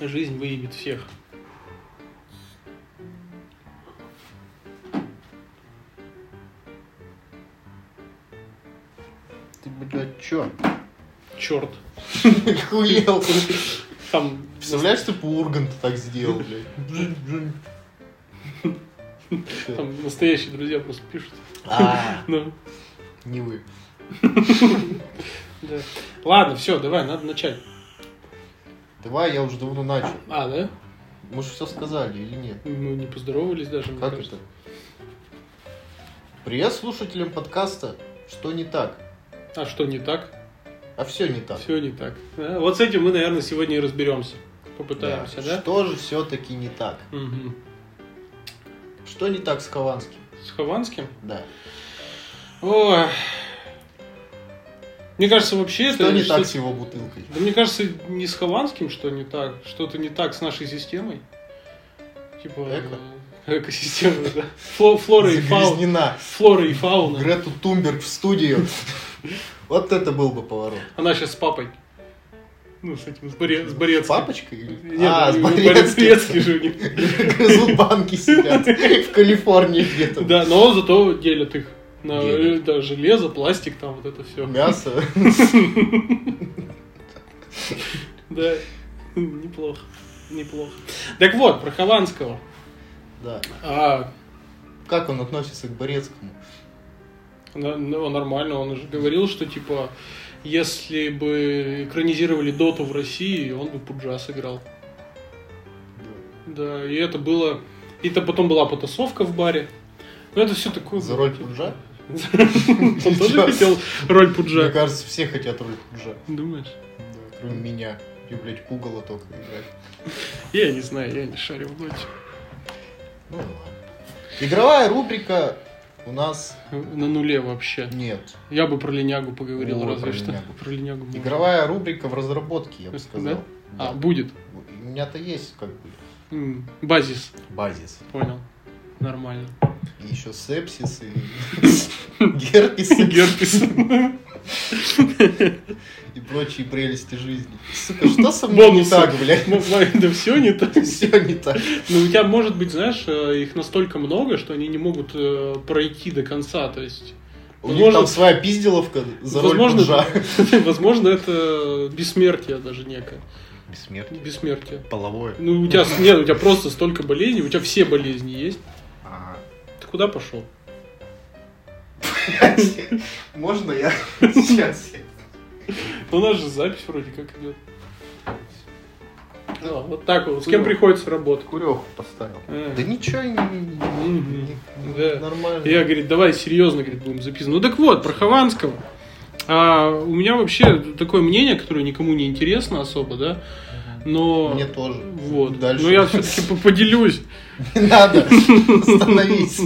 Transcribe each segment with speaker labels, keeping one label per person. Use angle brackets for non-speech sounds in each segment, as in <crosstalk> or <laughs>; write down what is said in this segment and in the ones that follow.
Speaker 1: Жизнь выебет всех.
Speaker 2: Ты, блядь, чё?
Speaker 1: Черт.
Speaker 2: Хуел.
Speaker 1: Там
Speaker 2: Представляешь, ты по Урганту так сделал, блядь? Бжунь, бжунь. Всё.
Speaker 1: Там настоящие друзья просто пишут.
Speaker 2: А,
Speaker 1: Ну,
Speaker 2: Не вы.
Speaker 1: да. Ладно, все, давай, надо начать.
Speaker 2: Давай, я уже давно начал.
Speaker 1: А, да?
Speaker 2: Мы же все сказали или нет?
Speaker 1: Мы не поздоровались даже, мне
Speaker 2: Как
Speaker 1: кажется.
Speaker 2: это? Привет слушателям подкаста «Что не так?».
Speaker 1: А что не так?
Speaker 2: А все не так.
Speaker 1: Все не так. Да, Вот с этим мы, наверное, сегодня и разберемся. Попытаемся, да?
Speaker 2: Что же все-таки не так?
Speaker 1: Мгм.
Speaker 2: Что не так с Хованским?
Speaker 1: С Хованским?
Speaker 2: Да.
Speaker 1: Ой. Мне кажется, вообще
Speaker 2: Что
Speaker 1: это...
Speaker 2: не
Speaker 1: что-
Speaker 2: так с его бутылкой?
Speaker 1: Да мне кажется, не с Хованским что не так, что-то не так с нашей системой. Типа...
Speaker 2: Эко?
Speaker 1: э,
Speaker 2: <laughs>
Speaker 1: Экосистема, да. Фло- Флора и фауна.
Speaker 2: Загрязнена.
Speaker 1: Флора и фауна.
Speaker 2: Грету Тумберг в <laughs> студию. Вот это был бы поворот.
Speaker 1: Она сейчас с папой. Ну, с этим, с, Боре- с
Speaker 2: С
Speaker 1: Борецким.
Speaker 2: папочкой? или-
Speaker 1: Нет,
Speaker 2: А, с
Speaker 1: ну,
Speaker 2: Борецким.
Speaker 1: Борецкий же у
Speaker 2: <laughs>
Speaker 1: них.
Speaker 2: Грызут банки сидят. В Калифорнии где-то.
Speaker 1: Да, но зато делят их. На
Speaker 2: Делят.
Speaker 1: э, да, железо, пластик, там вот это все.
Speaker 2: Мясо.
Speaker 1: Да, <laughs> неплохо, неплохо. Так вот, про Хованского.
Speaker 2: Да.
Speaker 1: А,
Speaker 2: Как он относится к Борецкому?
Speaker 1: на- ну, нормально, он уже говорил, что типа, если бы экранизировали Доту в России, он бы Пуджа сыграл. Да, и это было... И это потом была потасовка в баре. Ну, это все такое...
Speaker 2: За роль Пуджа?
Speaker 1: <laughs> Он тоже хотел роль
Speaker 2: Мне
Speaker 1: Пуджа.
Speaker 2: кажется, все хотят роль Пуджа.
Speaker 1: Думаешь?
Speaker 2: Да, Кроме меня. Я, блядь, пугало только играть.
Speaker 1: Я не знаю, я не шарю в ночь.
Speaker 2: Ну и ладно. Игровая рубрика у нас
Speaker 1: На нуле вообще.
Speaker 2: нет.
Speaker 1: Я бы про линягу поговорил,
Speaker 2: О,
Speaker 1: разве
Speaker 2: про
Speaker 1: что.
Speaker 2: линягу.
Speaker 1: Про линягу. можно.
Speaker 2: Игровая рубрика в разработке, я бы
Speaker 1: Да?
Speaker 2: сказал.
Speaker 1: А,
Speaker 2: Да.
Speaker 1: будет.
Speaker 2: У меня-то есть как бы
Speaker 1: М, Базис,
Speaker 2: базис.
Speaker 1: понял.
Speaker 2: <laughs>
Speaker 1: Нормально.
Speaker 2: И еще сепсис, и <laughs> герпес,
Speaker 1: Герпес.
Speaker 2: и прочие прелести жизни. Сука, что со мной не
Speaker 1: Бонусы.
Speaker 2: так, блядь? <laughs>
Speaker 1: Ну, ну, Да все не так.
Speaker 2: Все не так.
Speaker 1: Но у тебя, может быть, знаешь, э, их настолько много, что они не могут э, пройти до конца. То есть, <laughs>
Speaker 2: У них
Speaker 1: Возможно-
Speaker 2: там своя пизделовка за роль
Speaker 1: возможно,
Speaker 2: Пуджа.
Speaker 1: возможно, это бессмертие даже некое.
Speaker 2: Бессмертие.
Speaker 1: Бессмертие.
Speaker 2: Половое.
Speaker 1: Ну, у тебя,
Speaker 2: <laughs>
Speaker 1: с- нет, у тебя просто столько болезней, у тебя все болезни есть.
Speaker 2: Ага.
Speaker 1: Ты куда пошел?
Speaker 2: Можно я сейчас?
Speaker 1: Ну, у нас же запись вроде как идет. А, вот так вот. С кем приходится работать?
Speaker 2: Куреху поставил.
Speaker 1: Э.
Speaker 2: Да ничего, не- не- не-
Speaker 1: Да.
Speaker 2: не- нормально.
Speaker 1: Я, говорит, давай серьезно, говорит, будем записывать. Ну так вот, про Хованского. А, у меня вообще такое мнение, которое никому не интересно особо, да, но...
Speaker 2: Мне тоже. Ну,
Speaker 1: Вот.
Speaker 2: Дальше.
Speaker 1: Но я все-таки поделюсь.
Speaker 2: <laughs> Не надо.
Speaker 1: <laughs>
Speaker 2: Остановись.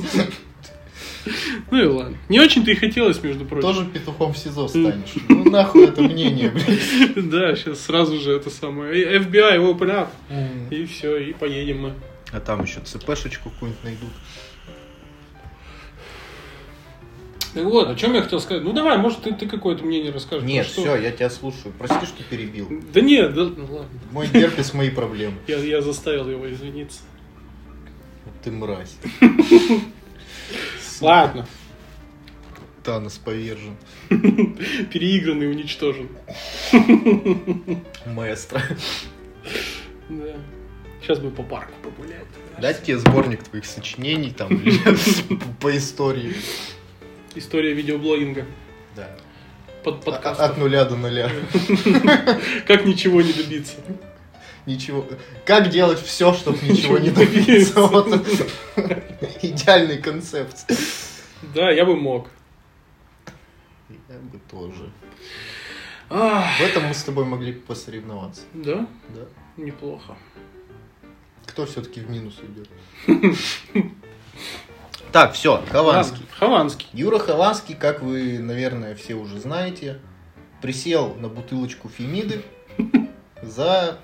Speaker 1: Ну и ладно. Не очень-то и хотелось, между прочим.
Speaker 2: Тоже петухом в СИЗО станешь. Ну нахуй это мнение, блядь.
Speaker 1: <laughs> Да, сейчас сразу же это самое. Э, FBI, open up.
Speaker 2: М.
Speaker 1: И все, и поедем мы.
Speaker 2: А там еще ЦПшечку какую-нибудь найдут.
Speaker 1: Так вот, о чем я хотел сказать? Ну давай, может, ты, ты какое-то мнение расскажешь.
Speaker 2: Нет,
Speaker 1: Про что?
Speaker 2: все, я тебя слушаю. Прости, что перебил.
Speaker 1: Да нет, да, ну ладно.
Speaker 2: Мой герпес, мои проблемы.
Speaker 1: Я, я заставил его извиниться.
Speaker 2: Вот Ты мразь.
Speaker 1: <laughs> Ладно,
Speaker 2: Танос повержен.
Speaker 1: переигранный уничтожен.
Speaker 2: Маэстро.
Speaker 1: Да. Сейчас бы по парку погулять.
Speaker 2: <laughs> Дать тебе сборник твоих сочинений там или <laughs> по истории.
Speaker 1: История видеоблогинга.
Speaker 2: Да. А,
Speaker 1: Под подкаст.
Speaker 2: От нуля до нуля. а.
Speaker 1: Как ничего не добиться.
Speaker 2: Ничего. Как делать все, чтобы ничего не
Speaker 1: <laughs>
Speaker 2: добиться? Вот идеальный концепт.
Speaker 1: Да, я бы мог.
Speaker 2: Я бы тоже.
Speaker 1: А,
Speaker 2: В этом мы с тобой могли бы посоревноваться.
Speaker 1: да,
Speaker 2: Да.
Speaker 1: неплохо.
Speaker 2: Кто все-таки в минус идет?
Speaker 1: <laughs>
Speaker 2: Так, все, Хованский.
Speaker 1: Ладно, Хованский.
Speaker 2: Юра Хованский, как вы, наверное, все уже знаете, присел на бутылочку
Speaker 1: <laughs>
Speaker 2: Фемиды за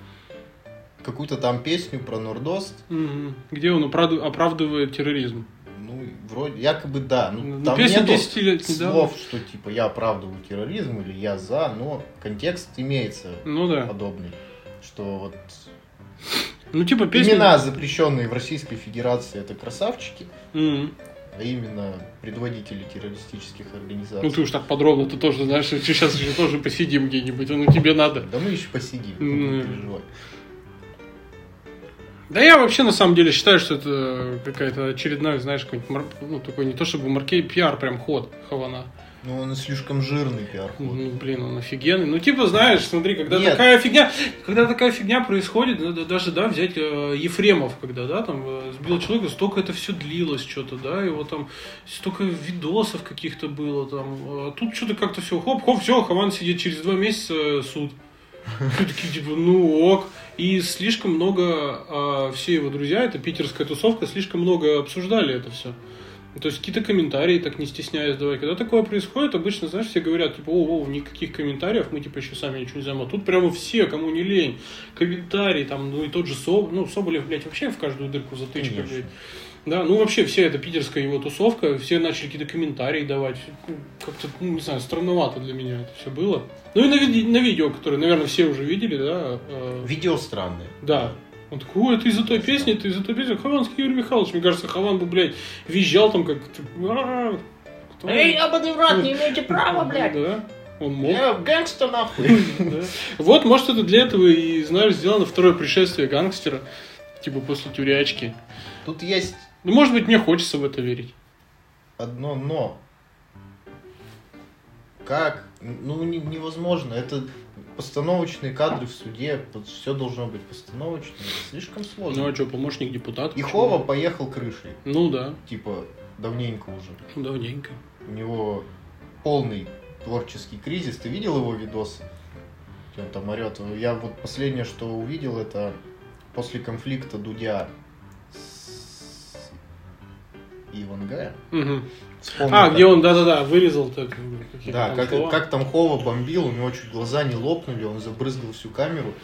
Speaker 2: какую-то там песню про Нордост.
Speaker 1: Мгм. Где он оправд- оправдывает терроризм?
Speaker 2: Ну, и вроде, якобы да. Ну,
Speaker 1: Ну,
Speaker 2: там
Speaker 1: песня
Speaker 2: нету
Speaker 1: 10-летней
Speaker 2: слов, что типа я оправдываю терроризм или я за, но контекст имеется
Speaker 1: Ну да.
Speaker 2: подобный. Что вот
Speaker 1: Ну, типа песни...
Speaker 2: Имена, запрещенные в Российской Федерации, это красавчики,
Speaker 1: М.
Speaker 2: а именно предводители террористических организаций.
Speaker 1: Ну, ты уж так подробно, ты тоже знаешь, <laughs> сейчас еще тоже посидим где-нибудь, ну, тебе надо.
Speaker 2: Да мы еще посидим,
Speaker 1: М.
Speaker 2: не переживай.
Speaker 1: Да я вообще на самом деле считаю, что это какая-то очередная, знаешь, какой-нибудь, мар- ну, такой не то чтобы маркей, пиар прям ход Хавана.
Speaker 2: Ну, он слишком жирный пиар
Speaker 1: Ну, блин, он офигенный. Ну, типа, знаешь, смотри, когда
Speaker 2: Нет.
Speaker 1: такая фигня, когда такая фигня происходит, надо даже, да, взять э, Ефремов, когда, да, там, э, сбил человека, столько это все длилось что-то, да, его там столько видосов каких-то было там. Э, Тут что-то как-то все, хоп, хоп, все, Хаван сидит через два месяца э, суд. Все такие, типа, ну ок. И слишком много, а, все его друзья, это питерская тусовка, слишком много обсуждали это все. То есть какие-то комментарии так не стесняясь давать. Когда такое происходит, обычно, знаешь, все говорят, типа, о, о, никаких комментариев, мы типа еще сами ничего не займем. А тут прямо все, кому не лень, комментарии там, ну и тот же Соболев, ну Соболев, блядь, вообще в каждую дырку затычка,
Speaker 2: Конечно.
Speaker 1: блядь. Да, ну вообще вся эта питерская его тусовка, все начали какие-то комментарии давать. Ну, Как-то, ну, не знаю, странновато для меня это все было. Ну и на, ви- на видео, которое, наверное, все уже видели, да. э,
Speaker 2: Видео странное.
Speaker 1: да. Он такой, ой, это из-за той песни, это из-за той песни. Хованский Юрий Михайлович. Мне кажется, Хован бы, блядь, визжал там как... «А, кто?»
Speaker 2: ебаный в рот, не имеете
Speaker 1: Да. Он мог.
Speaker 2: Я гангста
Speaker 1: <laughs>
Speaker 2: нахуй.
Speaker 1: да. Вот, может, это для этого и, знаешь, сделано второе пришествие гангстера. Типа после тюрячки.
Speaker 2: Тут есть
Speaker 1: Ну, может быть, мне хочется в это верить.
Speaker 2: одно но. Как? Ну, не- невозможно. Это постановочные кадры в суде. все должно быть постановочно. Это слишком
Speaker 1: Ну,
Speaker 2: сложно.
Speaker 1: а что, помощник депутата?
Speaker 2: И
Speaker 1: почему?
Speaker 2: Хова поехал крышей.
Speaker 1: Ну, да.
Speaker 2: Типа, давненько уже.
Speaker 1: Ну, Давненько.
Speaker 2: У него полный творческий кризис. Ты видел его видос? Где Он там орет. Я вот последнее, что увидел, это после конфликта Дудя с Ивангаем.
Speaker 1: Мгм.
Speaker 2: Вспомнил,
Speaker 1: А,
Speaker 2: как-
Speaker 1: где он, да-да-да, вырезал так. ну, какие-то
Speaker 2: Да,
Speaker 1: там
Speaker 2: как,
Speaker 1: слова.
Speaker 2: как там Хова бомбил, у него чуть глаза не лопнули, он забрызгал всю камеру.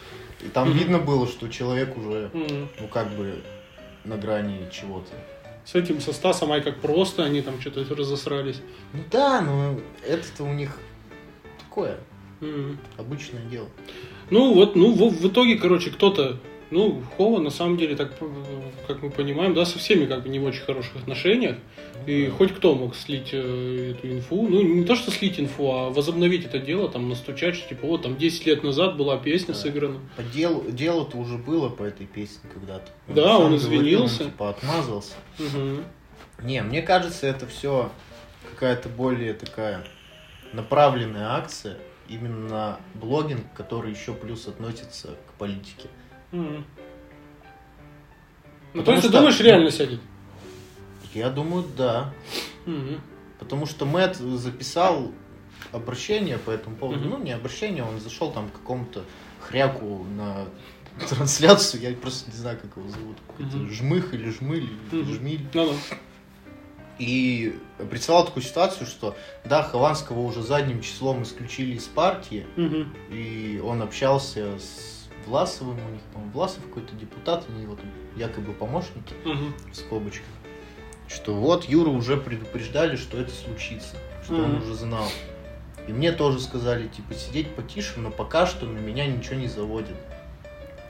Speaker 2: И там
Speaker 1: Мгм.
Speaker 2: видно было, что человек уже,
Speaker 1: Мгм.
Speaker 2: ну как бы, на грани чего-то.
Speaker 1: С этим, со Стасом, ай, как просто, они там что-то разосрались.
Speaker 2: Ну да, но это-то у них такое
Speaker 1: Мгм.
Speaker 2: обычное дело.
Speaker 1: Ну вот, ну в, в итоге, короче, кто-то, ну, Хова на самом деле, так э, как мы понимаем, да, со всеми как бы не в очень хороших отношениях.
Speaker 2: Ну
Speaker 1: И хоть кто мог слить э, эту инфу, ну не то что слить инфу, а возобновить это дело, там настучать, что типа вот там 10 лет назад была песня
Speaker 2: Да.
Speaker 1: сыграна.
Speaker 2: По делу, дело-то уже было по этой песне когда-то.
Speaker 1: Да,
Speaker 2: сам
Speaker 1: он
Speaker 2: говорил,
Speaker 1: извинился.
Speaker 2: типа отмазался.
Speaker 1: Мгм.
Speaker 2: Не, мне кажется, это все какая-то более такая направленная акция именно на блогинг, который еще плюс относится к политике.
Speaker 1: Мгм. Ну,
Speaker 2: Потому
Speaker 1: то есть ты
Speaker 2: что-
Speaker 1: думаешь, реально сядет?
Speaker 2: Я думаю, да.
Speaker 1: Мгм.
Speaker 2: Потому что Мэтт записал обращение по этому поводу.
Speaker 1: Мгм.
Speaker 2: Ну, не обращение, он зашел там к какому-то хряку на <laughs> трансляцию. Я просто не знаю, как его зовут. Какой-то
Speaker 1: Мгм.
Speaker 2: Жмых или жмыль, или
Speaker 1: Мгм.
Speaker 2: жмиль.
Speaker 1: Ну-ну.
Speaker 2: И присылал такую ситуацию, что да, Хованского уже задним числом исключили из партии,
Speaker 1: Мгм.
Speaker 2: и он общался с Власовым, у них, по-моему, Власов какой-то депутат, они его там якобы помощники
Speaker 1: Мгм.
Speaker 2: в скобочках, что вот Юра уже предупреждали, что это случится, что он
Speaker 1: Мгм.
Speaker 2: уже знал. И мне тоже сказали, типа, сидеть потише, но пока что на меня ничего не заводит.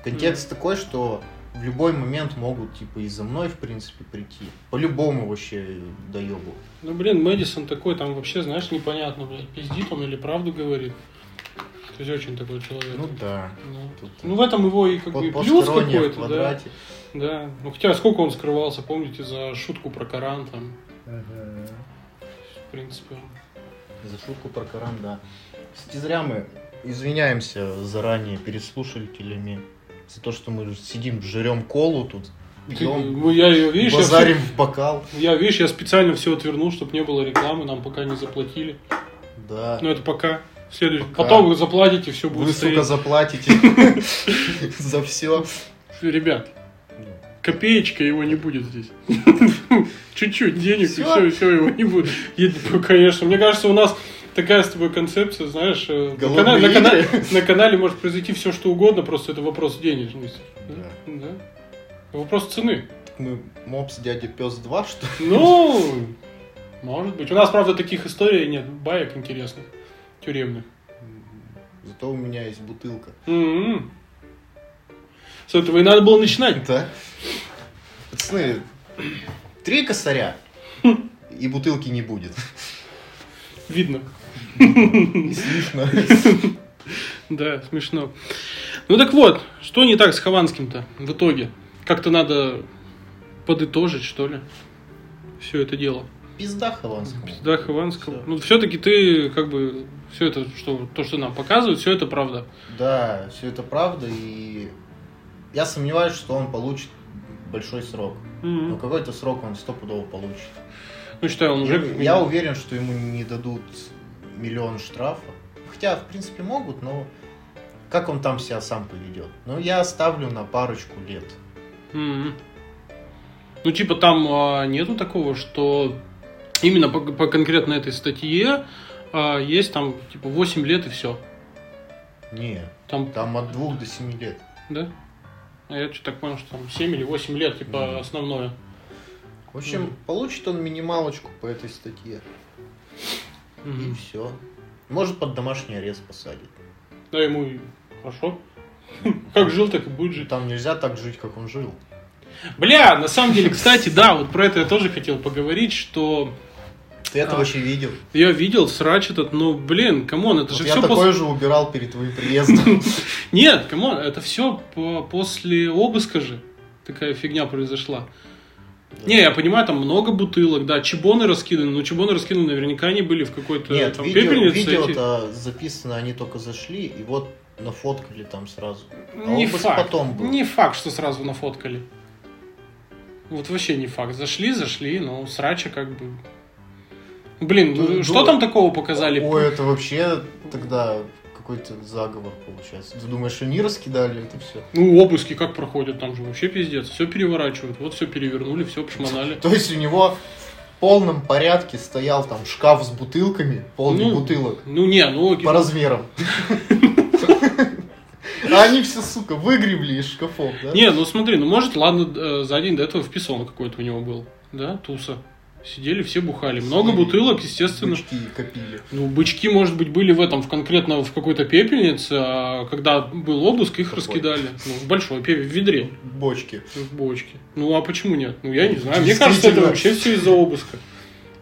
Speaker 2: Контекст такой, что в любой момент могут, типа, и за мной, в принципе, прийти. По-любому вообще доебу.
Speaker 1: Ну, блин, Мэдисон такой, там вообще, знаешь, непонятно, блядь, пиздит он или правду говорит. То есть очень такой человек.
Speaker 2: Ну да.
Speaker 1: Ну.
Speaker 2: Тут э,
Speaker 1: Ну, в этом его и как бы и
Speaker 2: по-
Speaker 1: плюс
Speaker 2: постороннее в
Speaker 1: какой-то, да.
Speaker 2: квадрате.
Speaker 1: да. Ну, хотя сколько он скрывался, помните, за шутку про Коран там, в принципе.
Speaker 2: За шутку про Коран, да. Кстати, зря мы извиняемся заранее перед слушателями за то, что мы сидим, жрем колу тут,
Speaker 1: Ты-
Speaker 2: пьем,
Speaker 1: ну, я ее, видишь, я,
Speaker 2: базарим в бокал.
Speaker 1: всё- я, видишь, я специально все отвернул, чтобы не было рекламы, нам пока не заплатили.
Speaker 2: Да.
Speaker 1: Но это пока. Следующий.
Speaker 2: Пока.
Speaker 1: Потом вы заплатите, все будет
Speaker 2: Вы,
Speaker 1: стоять.
Speaker 2: сука, заплатите <laughs> за Ну, все.
Speaker 1: Ребят, копеечка его не будет
Speaker 2: <laughs>
Speaker 1: здесь. Чуть-чуть денег, и
Speaker 2: Всё?
Speaker 1: все, и все, его не будет. Я такой, конечно. Мне кажется, у нас такая с тобой концепция, знаешь, э, на,
Speaker 2: Голодные
Speaker 1: кана- на кана-
Speaker 2: игры.
Speaker 1: на канале может произойти все, что угодно, просто это вопрос денежности.
Speaker 2: Да.
Speaker 1: Да. Вопрос цены.
Speaker 2: Так Мы мопс дядя пес 2, что ли?
Speaker 1: Ну, может быть. У нас, правда, таких историй нет, баек интересных, тюремных.
Speaker 2: Зато у меня есть бутылка.
Speaker 1: М-м. С этого и надо было начинать.
Speaker 2: Да. Пацаны, три косаря и бутылки не будет.
Speaker 1: Видно.
Speaker 2: Не слышно.
Speaker 1: Да, смешно. Ну так вот, что не так с Хованским-то в итоге? Как-то надо подытожить, что ли, все это дело.
Speaker 2: Пизда Хованскому.
Speaker 1: Пизда Хованского.
Speaker 2: Всё.
Speaker 1: Ну, все-таки ты, как бы, все это, что, то, что нам показывают, все это правда.
Speaker 2: Да, все это правда, и я сомневаюсь, что он получит большой срок. Но
Speaker 1: Мгм.
Speaker 2: какой-то срок он стопудово получит.
Speaker 1: Ну, считай, Ну, он уже... как
Speaker 2: Я
Speaker 1: минимум-
Speaker 2: уверен, что ему не дадут миллион штрафа. Хотя, в принципе, могут, но как он там себя сам поведет? Ну, я ставлю на парочку лет.
Speaker 1: Мгм. Ну, типа, там а, нету такого, что именно по, по конкретно этой статье а, есть там, типа, 8 лет и все.
Speaker 2: Не,
Speaker 1: Там,
Speaker 2: там от двух до семи лет.
Speaker 1: да? А я что так понял, что там 7 или 8 лет, типа,
Speaker 2: Мгм.
Speaker 1: основное.
Speaker 2: В общем,
Speaker 1: Мгм.
Speaker 2: получит он минималочку по этой статье. И
Speaker 1: Мгм.
Speaker 2: все. Может, под домашний арест посадит.
Speaker 1: Да, ему и хорошо. <laughs> Как жил, так и будет жить.
Speaker 2: Там нельзя так жить, как он жил.
Speaker 1: Бля, на самом деле, кстати, да, вот про это я тоже хотел поговорить, что
Speaker 2: Ты это
Speaker 1: А.
Speaker 2: вообще видел?
Speaker 1: я видел срач этот, ну, блин, камон, это
Speaker 2: Вот
Speaker 1: же
Speaker 2: я
Speaker 1: все
Speaker 2: такой же убирал
Speaker 1: <laughs>
Speaker 2: перед твоим приездом.
Speaker 1: Нет, камон, это все после обыска же. Такая фигня произошла. Не, я понимаю, там много бутылок, да, чебоны раскиданы, но чебоны раскиданы наверняка они были в какой-то
Speaker 2: Нет,
Speaker 1: там
Speaker 2: видео,
Speaker 1: пепельнице. эти-
Speaker 2: видео-то записано, они только зашли, и вот нафоткали там сразу. а
Speaker 1: не
Speaker 2: обыск
Speaker 1: факт.
Speaker 2: потом был.
Speaker 1: Не факт, что сразу нафоткали. Вот вообще не факт. Зашли, зашли, но срача как бы. Блин,
Speaker 2: Ну,
Speaker 1: ну,
Speaker 2: да.
Speaker 1: что там такого показали?
Speaker 2: Ой, это вообще тогда какой-то заговор получается. Ты думаешь, они раскидали это все?
Speaker 1: Ну, обыски как проходят, там же вообще пиздец. Все переворачивают, вот все перевернули, все пошмонали.
Speaker 2: То есть у него в полном порядке стоял там шкаф с бутылками, полный
Speaker 1: Ну,
Speaker 2: бутылок,
Speaker 1: Ну не, ну окей.
Speaker 2: по
Speaker 1: <laughs>
Speaker 2: размерам. А они все, сука, выгребли из шкафов, да?
Speaker 1: Не, ну смотри, ну может, ладно, э, за день до этого вписон какой-то у него был, да, туса. Сидели, все бухали. Много
Speaker 2: Сидели,
Speaker 1: бутылок, естественно.
Speaker 2: Бычки копили.
Speaker 1: Ну, бычки, может быть, были в этом, в конкретно в какой-то пепельнице, а когда был обыск, их
Speaker 2: Какой?
Speaker 1: раскидали. Ну, в большой пе- в ведре,
Speaker 2: Бочки.
Speaker 1: в бочке. Ну, а почему нет? Ну, я не знаю. Мне кажется, это
Speaker 2: Действительно.
Speaker 1: вообще все из-за обыска.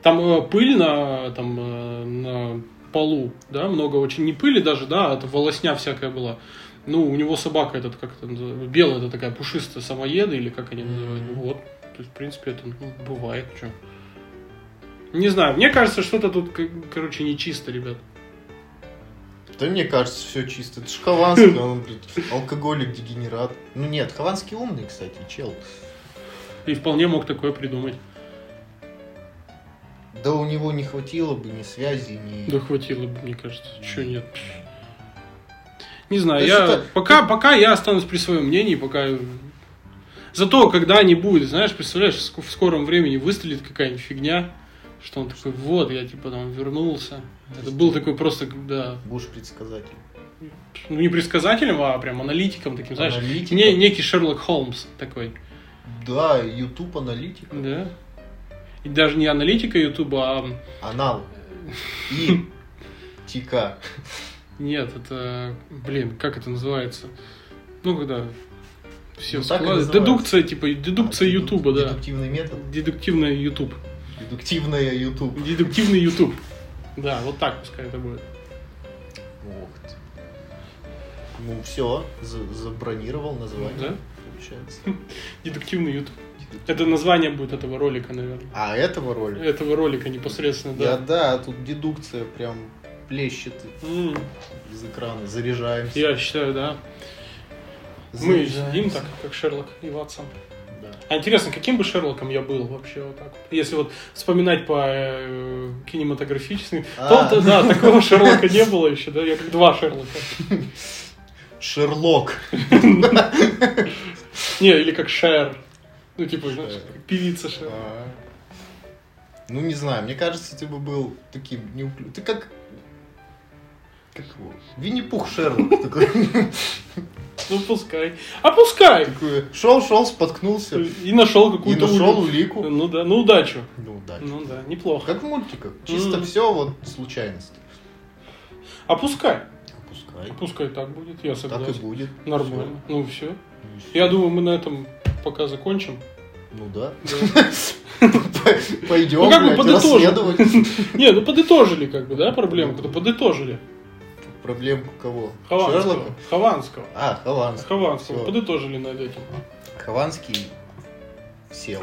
Speaker 1: Там э, пыль на, там, э, на полу, да, много очень. Не пыли даже, да, а это волосня всякая была. Ну, у него собака этот, как это называется, белая, это такая пушистая самоеда, или как они называют.
Speaker 2: Мгм.
Speaker 1: Ну, вот. То есть, в принципе, это ну, бывает, что. Не знаю, мне кажется, что-то тут, к- короче, нечисто, ребят.
Speaker 2: Да мне кажется, все чисто. Это ж
Speaker 1: <laughs>
Speaker 2: Хованский, он, блядь, алкоголик, дегенерат. Ну нет, Хованский умный, кстати, чел.
Speaker 1: И вполне мог такое придумать.
Speaker 2: Да у него не хватило бы ни связи, ни...
Speaker 1: Да хватило бы, мне кажется. Чего нет? Не знаю,
Speaker 2: То
Speaker 1: я
Speaker 2: есть это-
Speaker 1: пока, пока я останусь при своем мнении, пока. Зато когда-нибудь, знаешь, представляешь, ск- в скором времени выстрелит какая-нибудь фигня, что он такой, вот, я типа там вернулся. Это был такой просто, да,
Speaker 2: Будешь предсказатель.
Speaker 1: ну не предсказателем, а прям аналитиком таким, знаешь,
Speaker 2: Аналитик.
Speaker 1: не, некий Шерлок Холмс такой,
Speaker 2: Да, YouTube аналитик.
Speaker 1: да. И даже не аналитика Ютуба, а
Speaker 2: Анал. И
Speaker 1: <laughs>
Speaker 2: тика.
Speaker 1: Нет, это, блин, как это называется? Ну, когда все
Speaker 2: Ну, так и
Speaker 1: складывают.
Speaker 2: называется.
Speaker 1: Дедукция, типа, дедукция
Speaker 2: А, дедук-
Speaker 1: Ютуба, да.
Speaker 2: Дедуктивный метод.
Speaker 1: Дедуктивная Ютуб.
Speaker 2: Дедуктивная YouTube.
Speaker 1: Дедуктивный Ютуб. Да, вот так пускай это будет.
Speaker 2: Ох ты. Ну все, забронировал название,
Speaker 1: Да?
Speaker 2: получается.
Speaker 1: Дедуктивный Ютуб. Это название будет этого ролика, наверное.
Speaker 2: А этого ролика?
Speaker 1: Этого ролика непосредственно,
Speaker 2: Я,
Speaker 1: да.
Speaker 2: да, тут дедукция прям плещет
Speaker 1: М,
Speaker 2: из экрана. Заряжаемся.
Speaker 1: Я считаю, да. Мы сидим так, как Шерлок и Ватсон.
Speaker 2: Да.
Speaker 1: А интересно, каким бы Шерлоком я был вообще вот так вот? Если вот вспоминать по э, кинематографическим,
Speaker 2: А.
Speaker 1: то,
Speaker 2: <laughs>
Speaker 1: да, такого Шерлока не было еще, да, я как два Шерлока.
Speaker 2: Шерлок.
Speaker 1: Не, или как Шер. Ну, типа, знаешь,
Speaker 2: Шер.
Speaker 1: как певица Шер.
Speaker 2: А. Ну, не знаю, мне кажется, ты бы был таким неуклюжим. Ты как... Как его? Винни-Пух Шерлок. Такой, <laughs>
Speaker 1: Ну, пускай. А пускай!
Speaker 2: шел-шел, споткнулся и
Speaker 1: И нашел какую-то
Speaker 2: нашел
Speaker 1: улику.
Speaker 2: улику.
Speaker 1: Ну да, ну удачу.
Speaker 2: Ну, да.
Speaker 1: Ну да, неплохо.
Speaker 2: Как в мультиках. Чисто
Speaker 1: Мгм.
Speaker 2: все вот случайность.
Speaker 1: А пускай.
Speaker 2: Пускай.
Speaker 1: Пускай так будет, я
Speaker 2: Так и
Speaker 1: согласен.
Speaker 2: будет.
Speaker 1: Нормально. Ну все.
Speaker 2: Ну, и всё.
Speaker 1: Я думаю, мы на этом пока закончим.
Speaker 2: Ну да.
Speaker 1: Да.
Speaker 2: <laughs> Пойдем,
Speaker 1: Ну, как бы
Speaker 2: блядь,
Speaker 1: подытожим. <laughs>
Speaker 2: расследовать.
Speaker 1: Не, ну подытожили как бы, да, проблемку-то подытожили.
Speaker 2: Проблемку кого?
Speaker 1: Хованского.
Speaker 2: Шерлока?
Speaker 1: Хованского.
Speaker 2: А, Хованский.
Speaker 1: Хованского.
Speaker 2: Всё.
Speaker 1: Подытожили над этим.
Speaker 2: Хованский сел.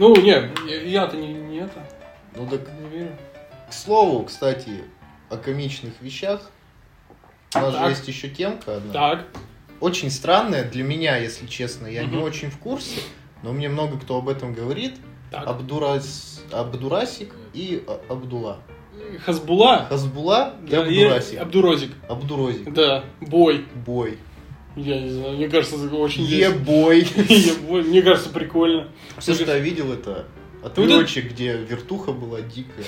Speaker 1: Ну, не, я- я-то не, не это,
Speaker 2: Ну так
Speaker 1: не верю.
Speaker 2: К слову, кстати, о комичных вещах. У нас
Speaker 1: Так.
Speaker 2: же есть еще темка одна.
Speaker 1: Так,
Speaker 2: Очень странная для меня, если честно. Я не
Speaker 1: Мгм.
Speaker 2: очень в курсе, но мне много кто об этом говорит.
Speaker 1: так.
Speaker 2: Абдурас... Абдурасик и А- Абдула.
Speaker 1: Хазбула.
Speaker 2: Хазбула и
Speaker 1: Да, и
Speaker 2: Абдурасик.
Speaker 1: Абдурозик.
Speaker 2: Абдурозик.
Speaker 1: Да, бой.
Speaker 2: Бой.
Speaker 1: Я не знаю, мне кажется, это очень <laughs> весело.
Speaker 2: Е-бой.
Speaker 1: Е-бой. Мне кажется, прикольно. <laughs>
Speaker 2: Все, что я видел, это отрывочек, где вертуха была дикая.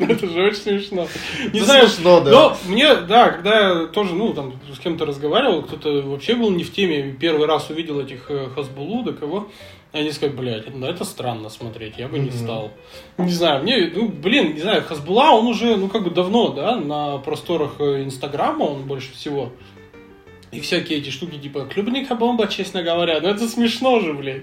Speaker 1: Это же очень смешно. Не
Speaker 2: Ну,
Speaker 1: знаю,
Speaker 2: смешно, да.
Speaker 1: Но мне, да, когда я тоже, ну, там, с кем-то разговаривал, кто-то вообще был не в теме, первый раз увидел этих э, Хасбулу, да кого, они сказали, блядь, на это странно смотреть, я бы не
Speaker 2: Мгм.
Speaker 1: стал. Не знаю, мне, ну, блин, не знаю, Хасбула, он уже, ну, как бы давно, да, на просторах э, Инстаграма он больше всего. И всякие эти штуки, типа, клубника бомба, честно говоря, ну, это смешно же, блядь.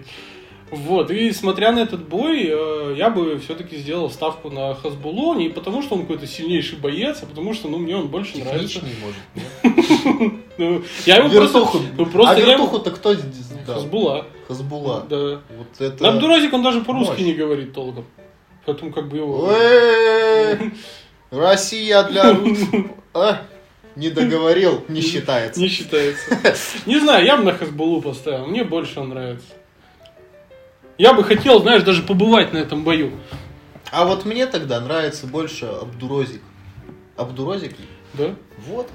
Speaker 1: Вот, и смотря на этот бой, э, я бы все-таки сделал ставку на Хасбулу, не потому что он какой-то сильнейший боец, а потому что, ну, мне он больше нравится.
Speaker 2: Техничный, может. нет?
Speaker 1: Ну, я ему
Speaker 2: Вертуху.
Speaker 1: просто... Ну, просто
Speaker 2: а
Speaker 1: я ему-
Speaker 2: вертуху-то кто здесь дал?
Speaker 1: Хасбула.
Speaker 2: Хазбула.
Speaker 1: Да.
Speaker 2: Вот это...
Speaker 1: Абдуразик, он даже по-русски
Speaker 2: Мощь.
Speaker 1: не говорит толком. Поэтому как бы его...
Speaker 2: Эй, Россия для... рус- А, Не договорил, не
Speaker 1: <laughs>
Speaker 2: считается.
Speaker 1: Не считается. Не знаю, я бы на Хасбулу поставил. Мне больше он нравится. Я бы хотел, знаешь, даже побывать на этом бою.
Speaker 2: А вот мне тогда нравится больше Абдурозик. Абдурозик?
Speaker 1: Да?
Speaker 2: Вот.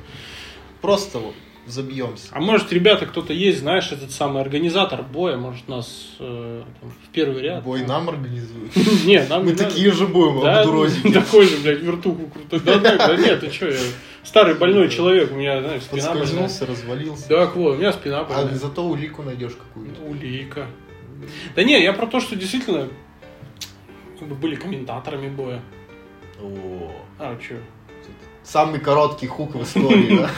Speaker 2: Просто вот забьемся.
Speaker 1: А может, ребята, кто-то есть, знаешь, этот самый организатор боя, может, нас э, там, в первый ряд.
Speaker 2: Бой нам организуют.
Speaker 1: <laughs> Не, нам не
Speaker 2: Мы
Speaker 1: надо.
Speaker 2: такие же будем,
Speaker 1: Да, <laughs>
Speaker 2: Абдурозики.
Speaker 1: такой же, блядь, вертуху крутой. Да, да, да нет, ты что, я старый больной человек, у меня, знаешь, спина больная.
Speaker 2: Подскользнулся, развалился.
Speaker 1: ну, Да, Кво, у меня спина
Speaker 2: А
Speaker 1: больная.
Speaker 2: зато улику найдешь какую-то.
Speaker 1: Улика. Да не, я про то, что действительно как бы были комментаторами боя.
Speaker 2: О,
Speaker 1: А, чё?
Speaker 2: Самый короткий хук в истории, да?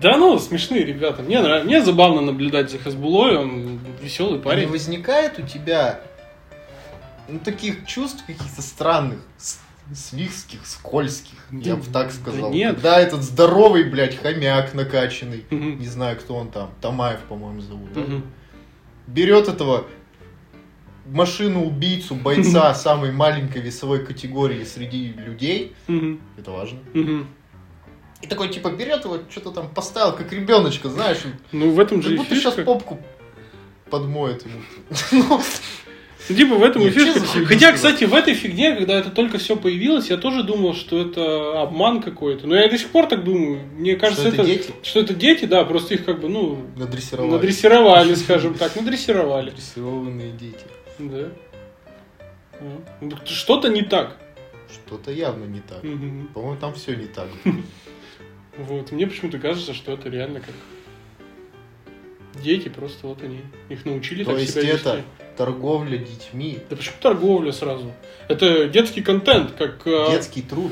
Speaker 1: Да ну, смешные ребята. Мне, нрав- Мне забавно наблюдать за Хасбулой, он веселый <laughs>
Speaker 2: Не
Speaker 1: парень.
Speaker 2: возникает у тебя ну, таких чувств каких-то странных, с- свихских, скользких, я
Speaker 1: Да-
Speaker 2: бы так
Speaker 1: да
Speaker 2: сказал.
Speaker 1: нет.
Speaker 2: Когда этот здоровый, блядь, хомяк накачанный,
Speaker 1: Мгм.
Speaker 2: не знаю, кто он там, Тамаев, по-моему, зовут, Ну, да?
Speaker 1: Мгм.
Speaker 2: берет этого
Speaker 1: <laughs>
Speaker 2: машину-убийцу, бойца самой маленькой весовой категории среди людей,
Speaker 1: Мгм.
Speaker 2: это важно,
Speaker 1: Мгм.
Speaker 2: и такой, типа, берет его, что-то там поставил, как ребеночка, знаешь, вот,
Speaker 1: Ну, в этом
Speaker 2: как
Speaker 1: же и
Speaker 2: будто сейчас
Speaker 1: фишка.
Speaker 2: попку
Speaker 1: <laughs>
Speaker 2: подмоет ему. Ну,
Speaker 1: Ну, Типа в этом и
Speaker 2: Нет, чё
Speaker 1: фишка.
Speaker 2: за хуйня
Speaker 1: Хотя,
Speaker 2: была?
Speaker 1: кстати, в этой фигне, когда это только все появилось, я тоже думал, что это обман какой-то. Но я до сих пор так думаю. Мне кажется,
Speaker 2: это
Speaker 1: это,
Speaker 2: дети?
Speaker 1: что это дети, да, просто их как бы, ну,
Speaker 2: Надрессировали.
Speaker 1: надрессировали, скажем так, надрессировали.
Speaker 2: Надрессированные дети.
Speaker 1: Да. Ну, ну, Что-то не так.
Speaker 2: Что-то явно не так.
Speaker 1: Мгм.
Speaker 2: По-моему, там все не так.
Speaker 1: Вот. Мне почему-то кажется, что это реально как дети, просто вот они. Их научили
Speaker 2: То
Speaker 1: так
Speaker 2: есть
Speaker 1: себя вести.
Speaker 2: это торговля детьми,
Speaker 1: Да почему торговля сразу? Это детский контент, как э,
Speaker 2: детский труд.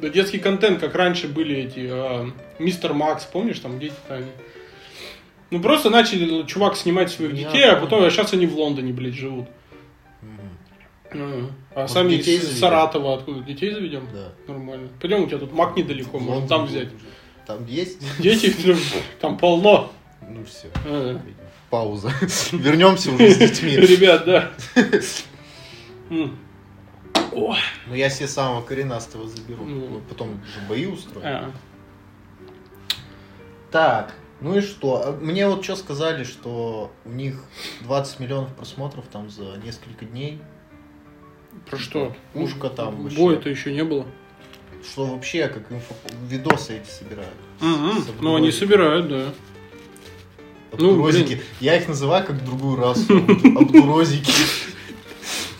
Speaker 1: Да детский контент, как раньше были эти э, Мистер Макс, помнишь, там дети-то они. Ну просто начали ну, чувак снимать своих
Speaker 2: Я
Speaker 1: детей, а потом,
Speaker 2: понял.
Speaker 1: а сейчас они в Лондоне, блядь, живут.
Speaker 2: Мгм,
Speaker 1: Ну, А
Speaker 2: Вот
Speaker 1: сами
Speaker 2: детей
Speaker 1: из
Speaker 2: заведем.
Speaker 1: Саратова откуда? Детей заведем?
Speaker 2: Да.
Speaker 1: Нормально. Пойдем, у тебя тут маг недалеко, можно там
Speaker 2: Лондон
Speaker 1: взять.
Speaker 2: был уже. Там есть?
Speaker 1: Дети ну, там полно.
Speaker 2: Ну все.
Speaker 1: Э,
Speaker 2: Пауза. Вернемся уже с детьми.
Speaker 1: Ребят,
Speaker 2: <laughs>
Speaker 1: да. М. О,
Speaker 2: Но Ну, я себе самого коренастого заберу.
Speaker 1: Ну.
Speaker 2: Мы Потом же бои устроим.
Speaker 1: а,
Speaker 2: Так, ну и что? А Мне вот что сказали, что у них 20 миллионов просмотров там за несколько дней.
Speaker 1: Про что?
Speaker 2: Ушко там вообще.
Speaker 1: Боя-то еще не было.
Speaker 2: Что вообще, как инфо... видосы эти собирают.
Speaker 1: Мгм.
Speaker 2: С
Speaker 1: Ну они
Speaker 2: обдурозиками.
Speaker 1: собирают, да. Ну,
Speaker 2: Абдурозики. Я их называю как другую расу. <laughs> Абдурозики.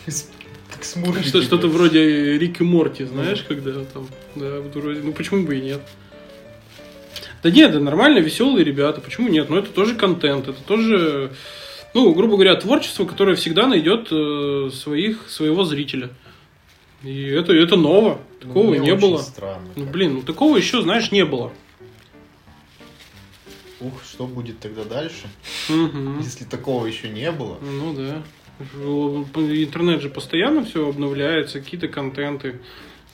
Speaker 2: С- Как смурфики.
Speaker 1: Что, что-то вроде Рики Морти, знаешь, когда там, да, вот вроде, ну почему бы и нет. Да нет, да нормально, веселые ребята, почему нет? Но это тоже контент, это тоже, ну, грубо говоря, творчество, которое всегда найдет э, своих, своего зрителя. И это, это ново,
Speaker 2: Ну,
Speaker 1: такого
Speaker 2: мне
Speaker 1: не
Speaker 2: очень
Speaker 1: было.
Speaker 2: Странно.
Speaker 1: Ну,
Speaker 2: как.
Speaker 1: блин, ну такого еще, знаешь, не было.
Speaker 2: Ух, что будет тогда дальше,
Speaker 1: Мгм.
Speaker 2: если такого еще не было?
Speaker 1: Ну да. Ну, Интернет же постоянно все обновляется, какие-то контенты.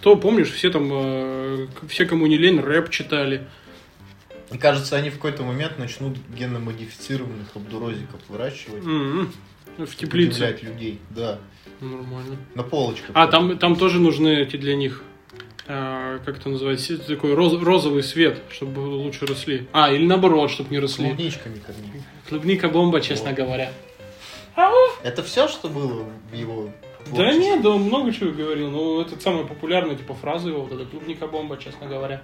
Speaker 1: То, помнишь, все там, э, к- все, кому не лень, рэп читали.
Speaker 2: И кажется, они в какой-то момент начнут геномодифицированных абдурозиков выращивать.
Speaker 1: Мгм. М-м, В теплице.
Speaker 2: удивлять людей, да.
Speaker 1: Нормально.
Speaker 2: На полочках.
Speaker 1: А, там, там тоже нужны эти для них, э, как это называется, такой роз- розовый свет, чтобы лучше росли. А, или наоборот, чтобы не
Speaker 2: С
Speaker 1: росли.
Speaker 2: клубничками кормить.
Speaker 1: Клубника бомба, честно говоря.
Speaker 2: Это все, что было в его творчестве?
Speaker 1: Да нет, да он много чего говорил, но это самая популярная типа фраза его, вот эта клубника бомба, честно говоря.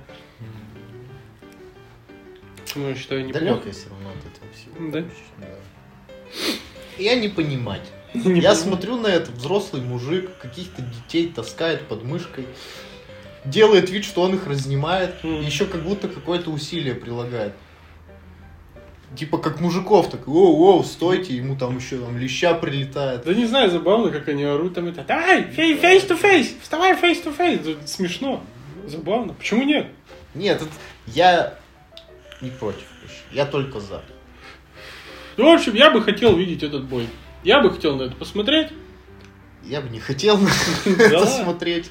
Speaker 1: Ну, я считаю, неплохо.
Speaker 2: Далеко я все равно от этого всего.
Speaker 1: Да?
Speaker 2: Да. Я не понимать.
Speaker 1: <laughs> Не
Speaker 2: я
Speaker 1: понимаю.
Speaker 2: смотрю на это, взрослый мужик каких-то детей таскает под мышкой, делает вид, что он их разнимает,
Speaker 1: Мгм.
Speaker 2: еще как будто какое-то усилие прилагает. Типа как мужиков, так, оу, оу, стойте, ему там еще там леща прилетает.
Speaker 1: Да не знаю, забавно, как они орут там это. Давай, фей- face to face, вставай face to face. Да Смешно, забавно. Почему нет?
Speaker 2: Нет, это- я не против, вообще. я только за.
Speaker 1: Ну, в общем, я бы хотел видеть этот бой. Я бы хотел на это посмотреть.
Speaker 2: Я бы не хотел на
Speaker 1: Да
Speaker 2: это
Speaker 1: ладно?
Speaker 2: смотреть.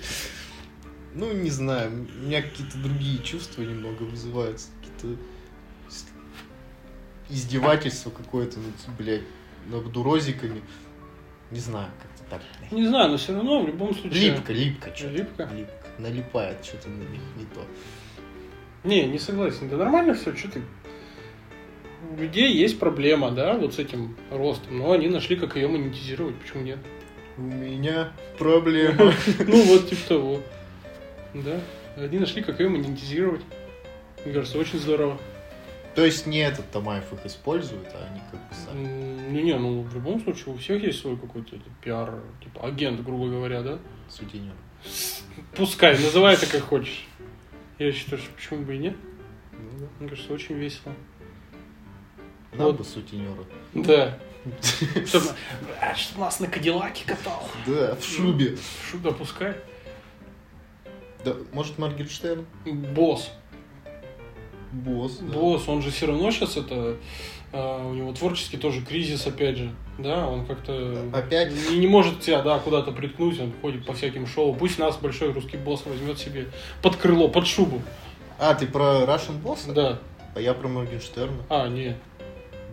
Speaker 2: Ну, не знаю, у меня какие-то другие чувства немного вызываются. Какие-то с- издевательство какое-то, ну, ц- блядь, над дурозиками. Не знаю, как-то так. блядь.
Speaker 1: Не знаю, но все равно в любом случае.
Speaker 2: Липко, липко, что
Speaker 1: Липко?
Speaker 2: Липко. Налипает что-то на них не то.
Speaker 1: Не, не согласен. Да нормально все, что ты. У людей есть проблема, да, вот с этим ростом, но они нашли, как ее монетизировать, почему нет? <laughs>
Speaker 2: У меня проблема.
Speaker 1: Ну вот типа того. Да. Они нашли, как ее монетизировать. Мне кажется, очень здорово.
Speaker 2: <laughs> То есть не этот Тамаев их использует, а они как бы сами.
Speaker 1: М, Ну не, ну в любом случае у всех есть свой какой-то типа, пиар, типа агент, грубо говоря, да?
Speaker 2: Ну Сутенер.
Speaker 1: Пускай, называй это как хочешь. Я считаю, что почему бы и нет.
Speaker 2: Ну да.
Speaker 1: Мне кажется, очень весело.
Speaker 2: Нам
Speaker 1: Вот.
Speaker 2: бы сутенера.
Speaker 1: Да. Чтоб <laughs> а, чтоб нас на Кадиллаке катал.
Speaker 2: Да, в шубе.
Speaker 1: Шу- Да, пускай.
Speaker 2: Да, может, Моргенштерн?
Speaker 1: Босс.
Speaker 2: Босс, да.
Speaker 1: Босс, он же все равно сейчас это... э, у него творческий тоже кризис, опять же. Да, он как-то...
Speaker 2: Опять?
Speaker 1: Не, не может тебя, да, куда-то приткнуть, он ходит по всяким шоу. Пусть нас большой русский босс возьмет себе под крыло, под шубу.
Speaker 2: А, ты про Russian Boss?
Speaker 1: Да.
Speaker 2: А я про Моргенштерна.
Speaker 1: А, не.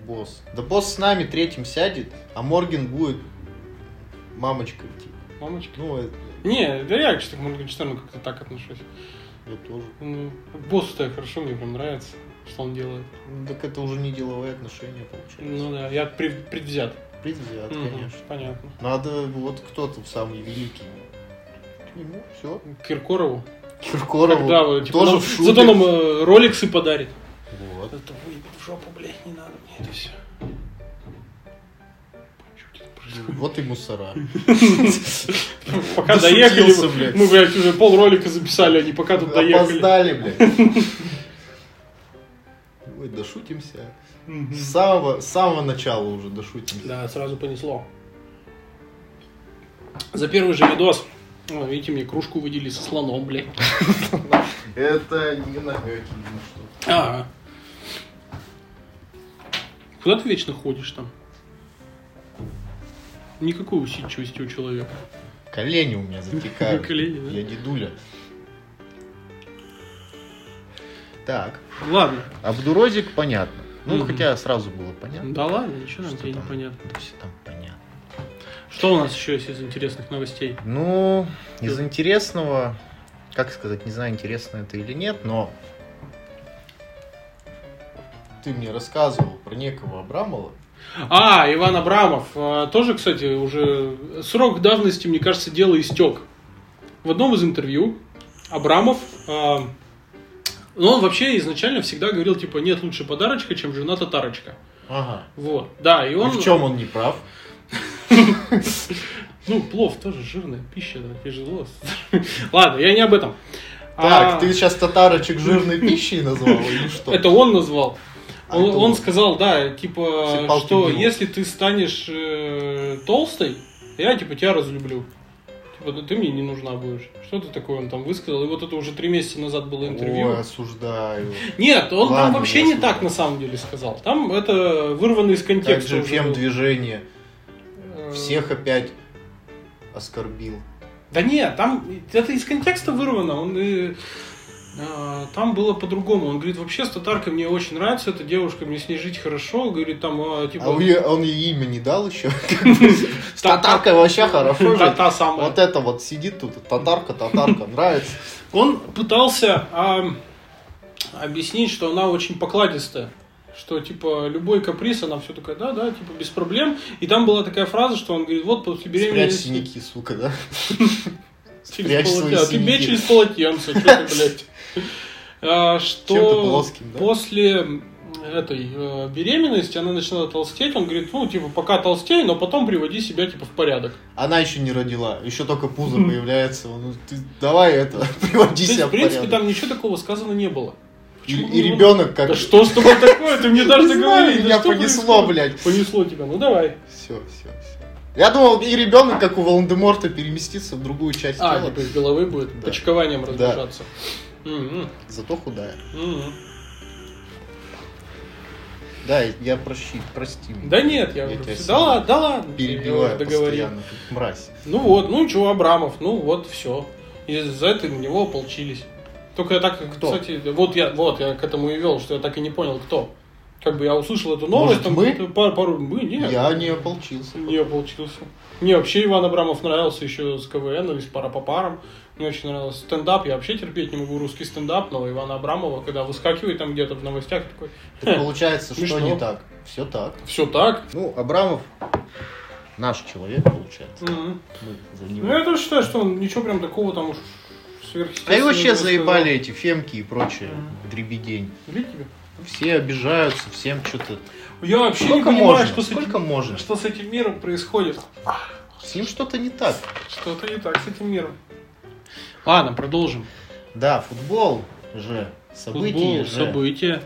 Speaker 2: Босс. Да босс с нами третьим сядет, а Морген будет мамочкой. типа.
Speaker 1: Мамочка.
Speaker 2: Ну, это
Speaker 1: Не, да я, кстати, к Моргенштерну как-то так отношусь.
Speaker 2: я тоже.
Speaker 1: Ну, к боссу-то я хорошо, мне прям нравится, что он делает.
Speaker 2: Ну, так это уже не деловые отношения, получается.
Speaker 1: Ну да, я пред- предвзят.
Speaker 2: Предвзят,
Speaker 1: Мгм,
Speaker 2: конечно.
Speaker 1: Понятно.
Speaker 2: Надо вот кто-то самый великий. К нему все.
Speaker 1: К Киркорову.
Speaker 2: Киркорову
Speaker 1: Когда вы, типа,
Speaker 2: тоже
Speaker 1: нам-
Speaker 2: в шубе.
Speaker 1: Зато нам э, роликсы подарит.
Speaker 2: Вот.
Speaker 1: Это выебет в жопу, блядь, не надо мне это все.
Speaker 2: Вот и мусора.
Speaker 1: <laughs> Пока
Speaker 2: Дошутился,
Speaker 1: доехали, мы-
Speaker 2: блядь.
Speaker 1: мы, блядь, уже пол ролика записали, они пока <laughs> тут доехали.
Speaker 2: Опоздали, блядь. <laughs> Ой, дошутимся.
Speaker 1: Мгм.
Speaker 2: С самого, с самого начала уже дошутимся.
Speaker 1: Да, сразу понесло. За первый же видос. О, видите, мне кружку выделили со слоном, блядь.
Speaker 2: Это не намеки на
Speaker 1: А. Куда ты вечно ходишь там? Никакой усидчивости у человека.
Speaker 2: что. Колени у меня
Speaker 1: <laughs>
Speaker 2: затекают.
Speaker 1: Колени, да?
Speaker 2: Я дедуля. Так,
Speaker 1: Ладно.
Speaker 2: Абдурозик понятно. Ну,
Speaker 1: Мгм.
Speaker 2: хотя сразу было понятно.
Speaker 1: Да ладно, ничего нам
Speaker 2: Что
Speaker 1: тебе
Speaker 2: там?
Speaker 1: непонятно.
Speaker 2: Да все там понятно.
Speaker 1: Что у нас еще есть из интересных новостей?
Speaker 2: Ну, из интересного, как сказать, не знаю, интересно это или нет, но... Ты мне рассказывал про некого Абрамова.
Speaker 1: А, Иван Абрамов. а, Тоже, кстати, уже срок давности, мне кажется, дело истек. В одном из интервью Абрамов, а, ну он вообще изначально всегда говорил, типа, нет лучше подарочка, чем жена татарочка.
Speaker 2: Ага.
Speaker 1: Вот, да, и
Speaker 2: И
Speaker 1: он...
Speaker 2: А в чем он не прав?
Speaker 1: Ну, плов тоже жирная пища, да, тяжело. <laughs> Ладно, я не об этом. А,
Speaker 2: Так, ты сейчас татарочек жирной пищей назвал
Speaker 1: <laughs>
Speaker 2: или что?
Speaker 1: Это он назвал.
Speaker 2: А
Speaker 1: Он,
Speaker 2: это
Speaker 1: он сказал, да, типа,
Speaker 2: Все палки в
Speaker 1: что
Speaker 2: него.
Speaker 1: если ты станешь э, толстой, я типа тебя разлюблю. Вот ты мне не нужна будешь. Что ты такое он там высказал? И вот это уже три месяца назад было интервью.
Speaker 2: Ой,
Speaker 1: <laughs>
Speaker 2: осуждаю.
Speaker 1: Нет, он там
Speaker 2: Ладно,
Speaker 1: вообще
Speaker 2: я
Speaker 1: не
Speaker 2: слушаю.
Speaker 1: так на самом деле сказал. Там это вырвано из
Speaker 2: Как
Speaker 1: контекста.
Speaker 2: же
Speaker 1: уже было.
Speaker 2: фем-движение.
Speaker 1: Э,
Speaker 2: Всех опять оскорбил.
Speaker 1: Да нет, там это из контекста вырвано. Он и, э, там было по-другому. Он говорит, вообще с татаркой мне очень нравится эта девушка, мне с ней жить хорошо. Говорит, там, э, типа...
Speaker 2: А у нее- он ей имя не дал
Speaker 1: <laughs>
Speaker 2: еще? С
Speaker 1: та- та-
Speaker 2: татаркой вообще
Speaker 1: <laughs>
Speaker 2: хорошо
Speaker 1: та-
Speaker 2: жить.
Speaker 1: та самая.
Speaker 2: Вот это вот сидит тут, татарка, татарка, нравится.
Speaker 1: Он пытался а, объяснить, что она очень покладистая. Что, типа, любой каприз, она все такая, да, да, типа, без проблем. И там была такая фраза, что он говорит, вот после
Speaker 2: Спрячь
Speaker 1: беременности...
Speaker 2: синяки, сука, да?
Speaker 1: <laughs> Через
Speaker 2: Прячь
Speaker 1: полотен-
Speaker 2: свои
Speaker 1: а ты
Speaker 2: синяки. <laughs>
Speaker 1: бей через полотенце, что ты, блядь. А,
Speaker 2: Чем-то
Speaker 1: Что
Speaker 2: плоским, да?
Speaker 1: после этой э, беременности она начинала толстеть, он говорит, ну, типа, пока толстей, но потом приводи себя, типа, в порядок.
Speaker 2: Она еще не родила, еще только пузо появляется. Ну, ты давай это, <laughs> приводи
Speaker 1: То есть,
Speaker 2: себя
Speaker 1: в
Speaker 2: в
Speaker 1: принципе,
Speaker 2: порядок.
Speaker 1: там ничего такого сказано не было.
Speaker 2: И
Speaker 1: Почему
Speaker 2: и
Speaker 1: не
Speaker 2: ребенок как...
Speaker 1: Да что с тобой такое? Ты мне даже
Speaker 2: <laughs> Не знаю,
Speaker 1: договорил.
Speaker 2: меня понесло, блядь.
Speaker 1: Понесло тебя, ну давай.
Speaker 2: Все, все, все. Я думал, и ребенок, как у Волан-де-Морта, переместится в другую часть
Speaker 1: А,
Speaker 2: тела.
Speaker 1: типа из головы будет
Speaker 2: Да.
Speaker 1: почкованием М-м-м.
Speaker 2: Да.
Speaker 1: размножаться. Мгм,
Speaker 2: Зато худая.
Speaker 1: мгм.
Speaker 2: Да, я прощи, прости меня.
Speaker 1: Да нет, я
Speaker 2: Я
Speaker 1: уже
Speaker 2: тебя
Speaker 1: всё-
Speaker 2: сильно
Speaker 1: Да ладно, да ладно.
Speaker 2: Перебиваю
Speaker 1: договорил.
Speaker 2: постоянно, как мразь.
Speaker 1: Ну вот, ну чего, Абрамов, ну вот, все. И за это на него ополчились. Только я так,
Speaker 2: Кто?
Speaker 1: кстати, вот я, вот я к этому и вел, что я так и не понял, кто. Как бы я услышал эту новость,
Speaker 2: Может,
Speaker 1: там
Speaker 2: мы?
Speaker 1: какую-то пару, пару- мы, нет, Хм.
Speaker 2: Я не ополчился.
Speaker 1: не ополчился. Мне вообще Иван Абрамов нравился еще с КВН или с пара по парам. Мне очень нравился стендап, я вообще терпеть не могу русский стендап, но Ивана Абрамова, когда выскакивает там где-то в новостях, такой,
Speaker 2: Так получается, что
Speaker 1: Смешно.
Speaker 2: не так. Все так.
Speaker 1: все так.
Speaker 2: Ну, Абрамов наш человек, получается.
Speaker 1: Мгм.
Speaker 2: Мы за
Speaker 1: Ну,
Speaker 2: него.
Speaker 1: я тоже считаю, что он ничего прям такого там уж
Speaker 2: А
Speaker 1: сверхъестественного.
Speaker 2: и
Speaker 1: не
Speaker 2: вообще
Speaker 1: рассказал.
Speaker 2: А заебали эти фемки и прочее
Speaker 1: Мгм.
Speaker 2: дребедень.
Speaker 1: Видите?
Speaker 2: Все обижаются, всем что-то.
Speaker 1: Я вообще
Speaker 2: Сколько
Speaker 1: не понимаю,
Speaker 2: можно?
Speaker 1: что, с
Speaker 2: Сколько
Speaker 1: этим,
Speaker 2: можно?
Speaker 1: что с этим миром происходит.
Speaker 2: С ним что-то не так.
Speaker 1: Что-то не так с этим миром. Ладно, продолжим.
Speaker 2: Да, футбол же, события
Speaker 1: Футбол,
Speaker 2: же
Speaker 1: события.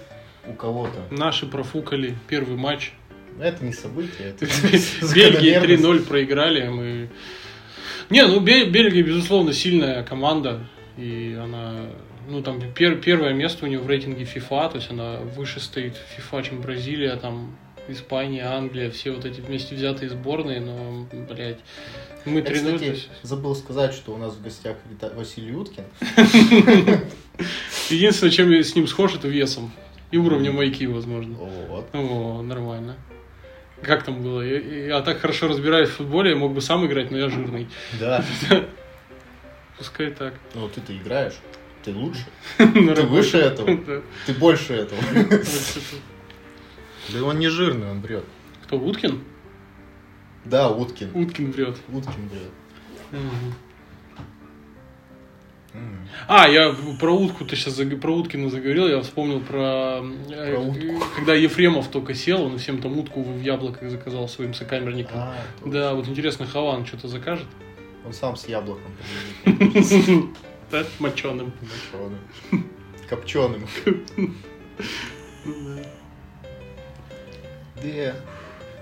Speaker 2: у кого-то.
Speaker 1: Наши профукали первый матч.
Speaker 2: <laughs> Это не событие, это <laughs>
Speaker 1: Бельгии 3-0
Speaker 2: закономерность.
Speaker 1: проиграли. Мы... Не, ну Бе- Бельгия, безусловно, сильная команда. И она... Ну, там пер- первое место у нее в рейтинге FIFA. То есть она выше стоит в FIFA, чем Бразилия, там Испания, Англия. Все вот эти вместе взятые сборные. Но, блядь, мы
Speaker 2: Я,
Speaker 1: 3-0. то
Speaker 2: кстати,
Speaker 1: есть-
Speaker 2: забыл сказать, что у нас в гостях Вита- Василий Уткин.
Speaker 1: Единственное, чем я с ним схож, это весом. И уровнем IQ, возможно.
Speaker 2: Вот.
Speaker 1: О, нормально. Как там было? Я, я а так хорошо разбираюсь в футболе, я мог бы сам играть, но я жирный.
Speaker 2: <laughs> Да.
Speaker 1: Пускай так.
Speaker 2: Ну, ты-то играешь. Ты лучше.
Speaker 1: <laughs> На
Speaker 2: Ты
Speaker 1: работе.
Speaker 2: выше этого.
Speaker 1: Да.
Speaker 2: Ты больше этого.
Speaker 1: Вот это.
Speaker 2: <laughs> Да он не жирный, он брет.
Speaker 1: Кто, Уткин?
Speaker 2: Да, Уткин.
Speaker 1: Уткин врет.
Speaker 2: Уткин брет. М.
Speaker 1: А, я про утку, ты сейчас про Уткина заговорил, я вспомнил про... э,
Speaker 2: Про утку.
Speaker 1: Когда Ефремов только сел, он всем там утку в яблоках заказал своим сокамерникам.
Speaker 2: А, то-
Speaker 1: Да, вот интересно, Хаван что-то
Speaker 2: <laughs>
Speaker 1: закажет?
Speaker 2: Он сам с яблоком. прилетит. <laughs>
Speaker 1: Да, моченым.
Speaker 2: Моченым. Копченым. Да.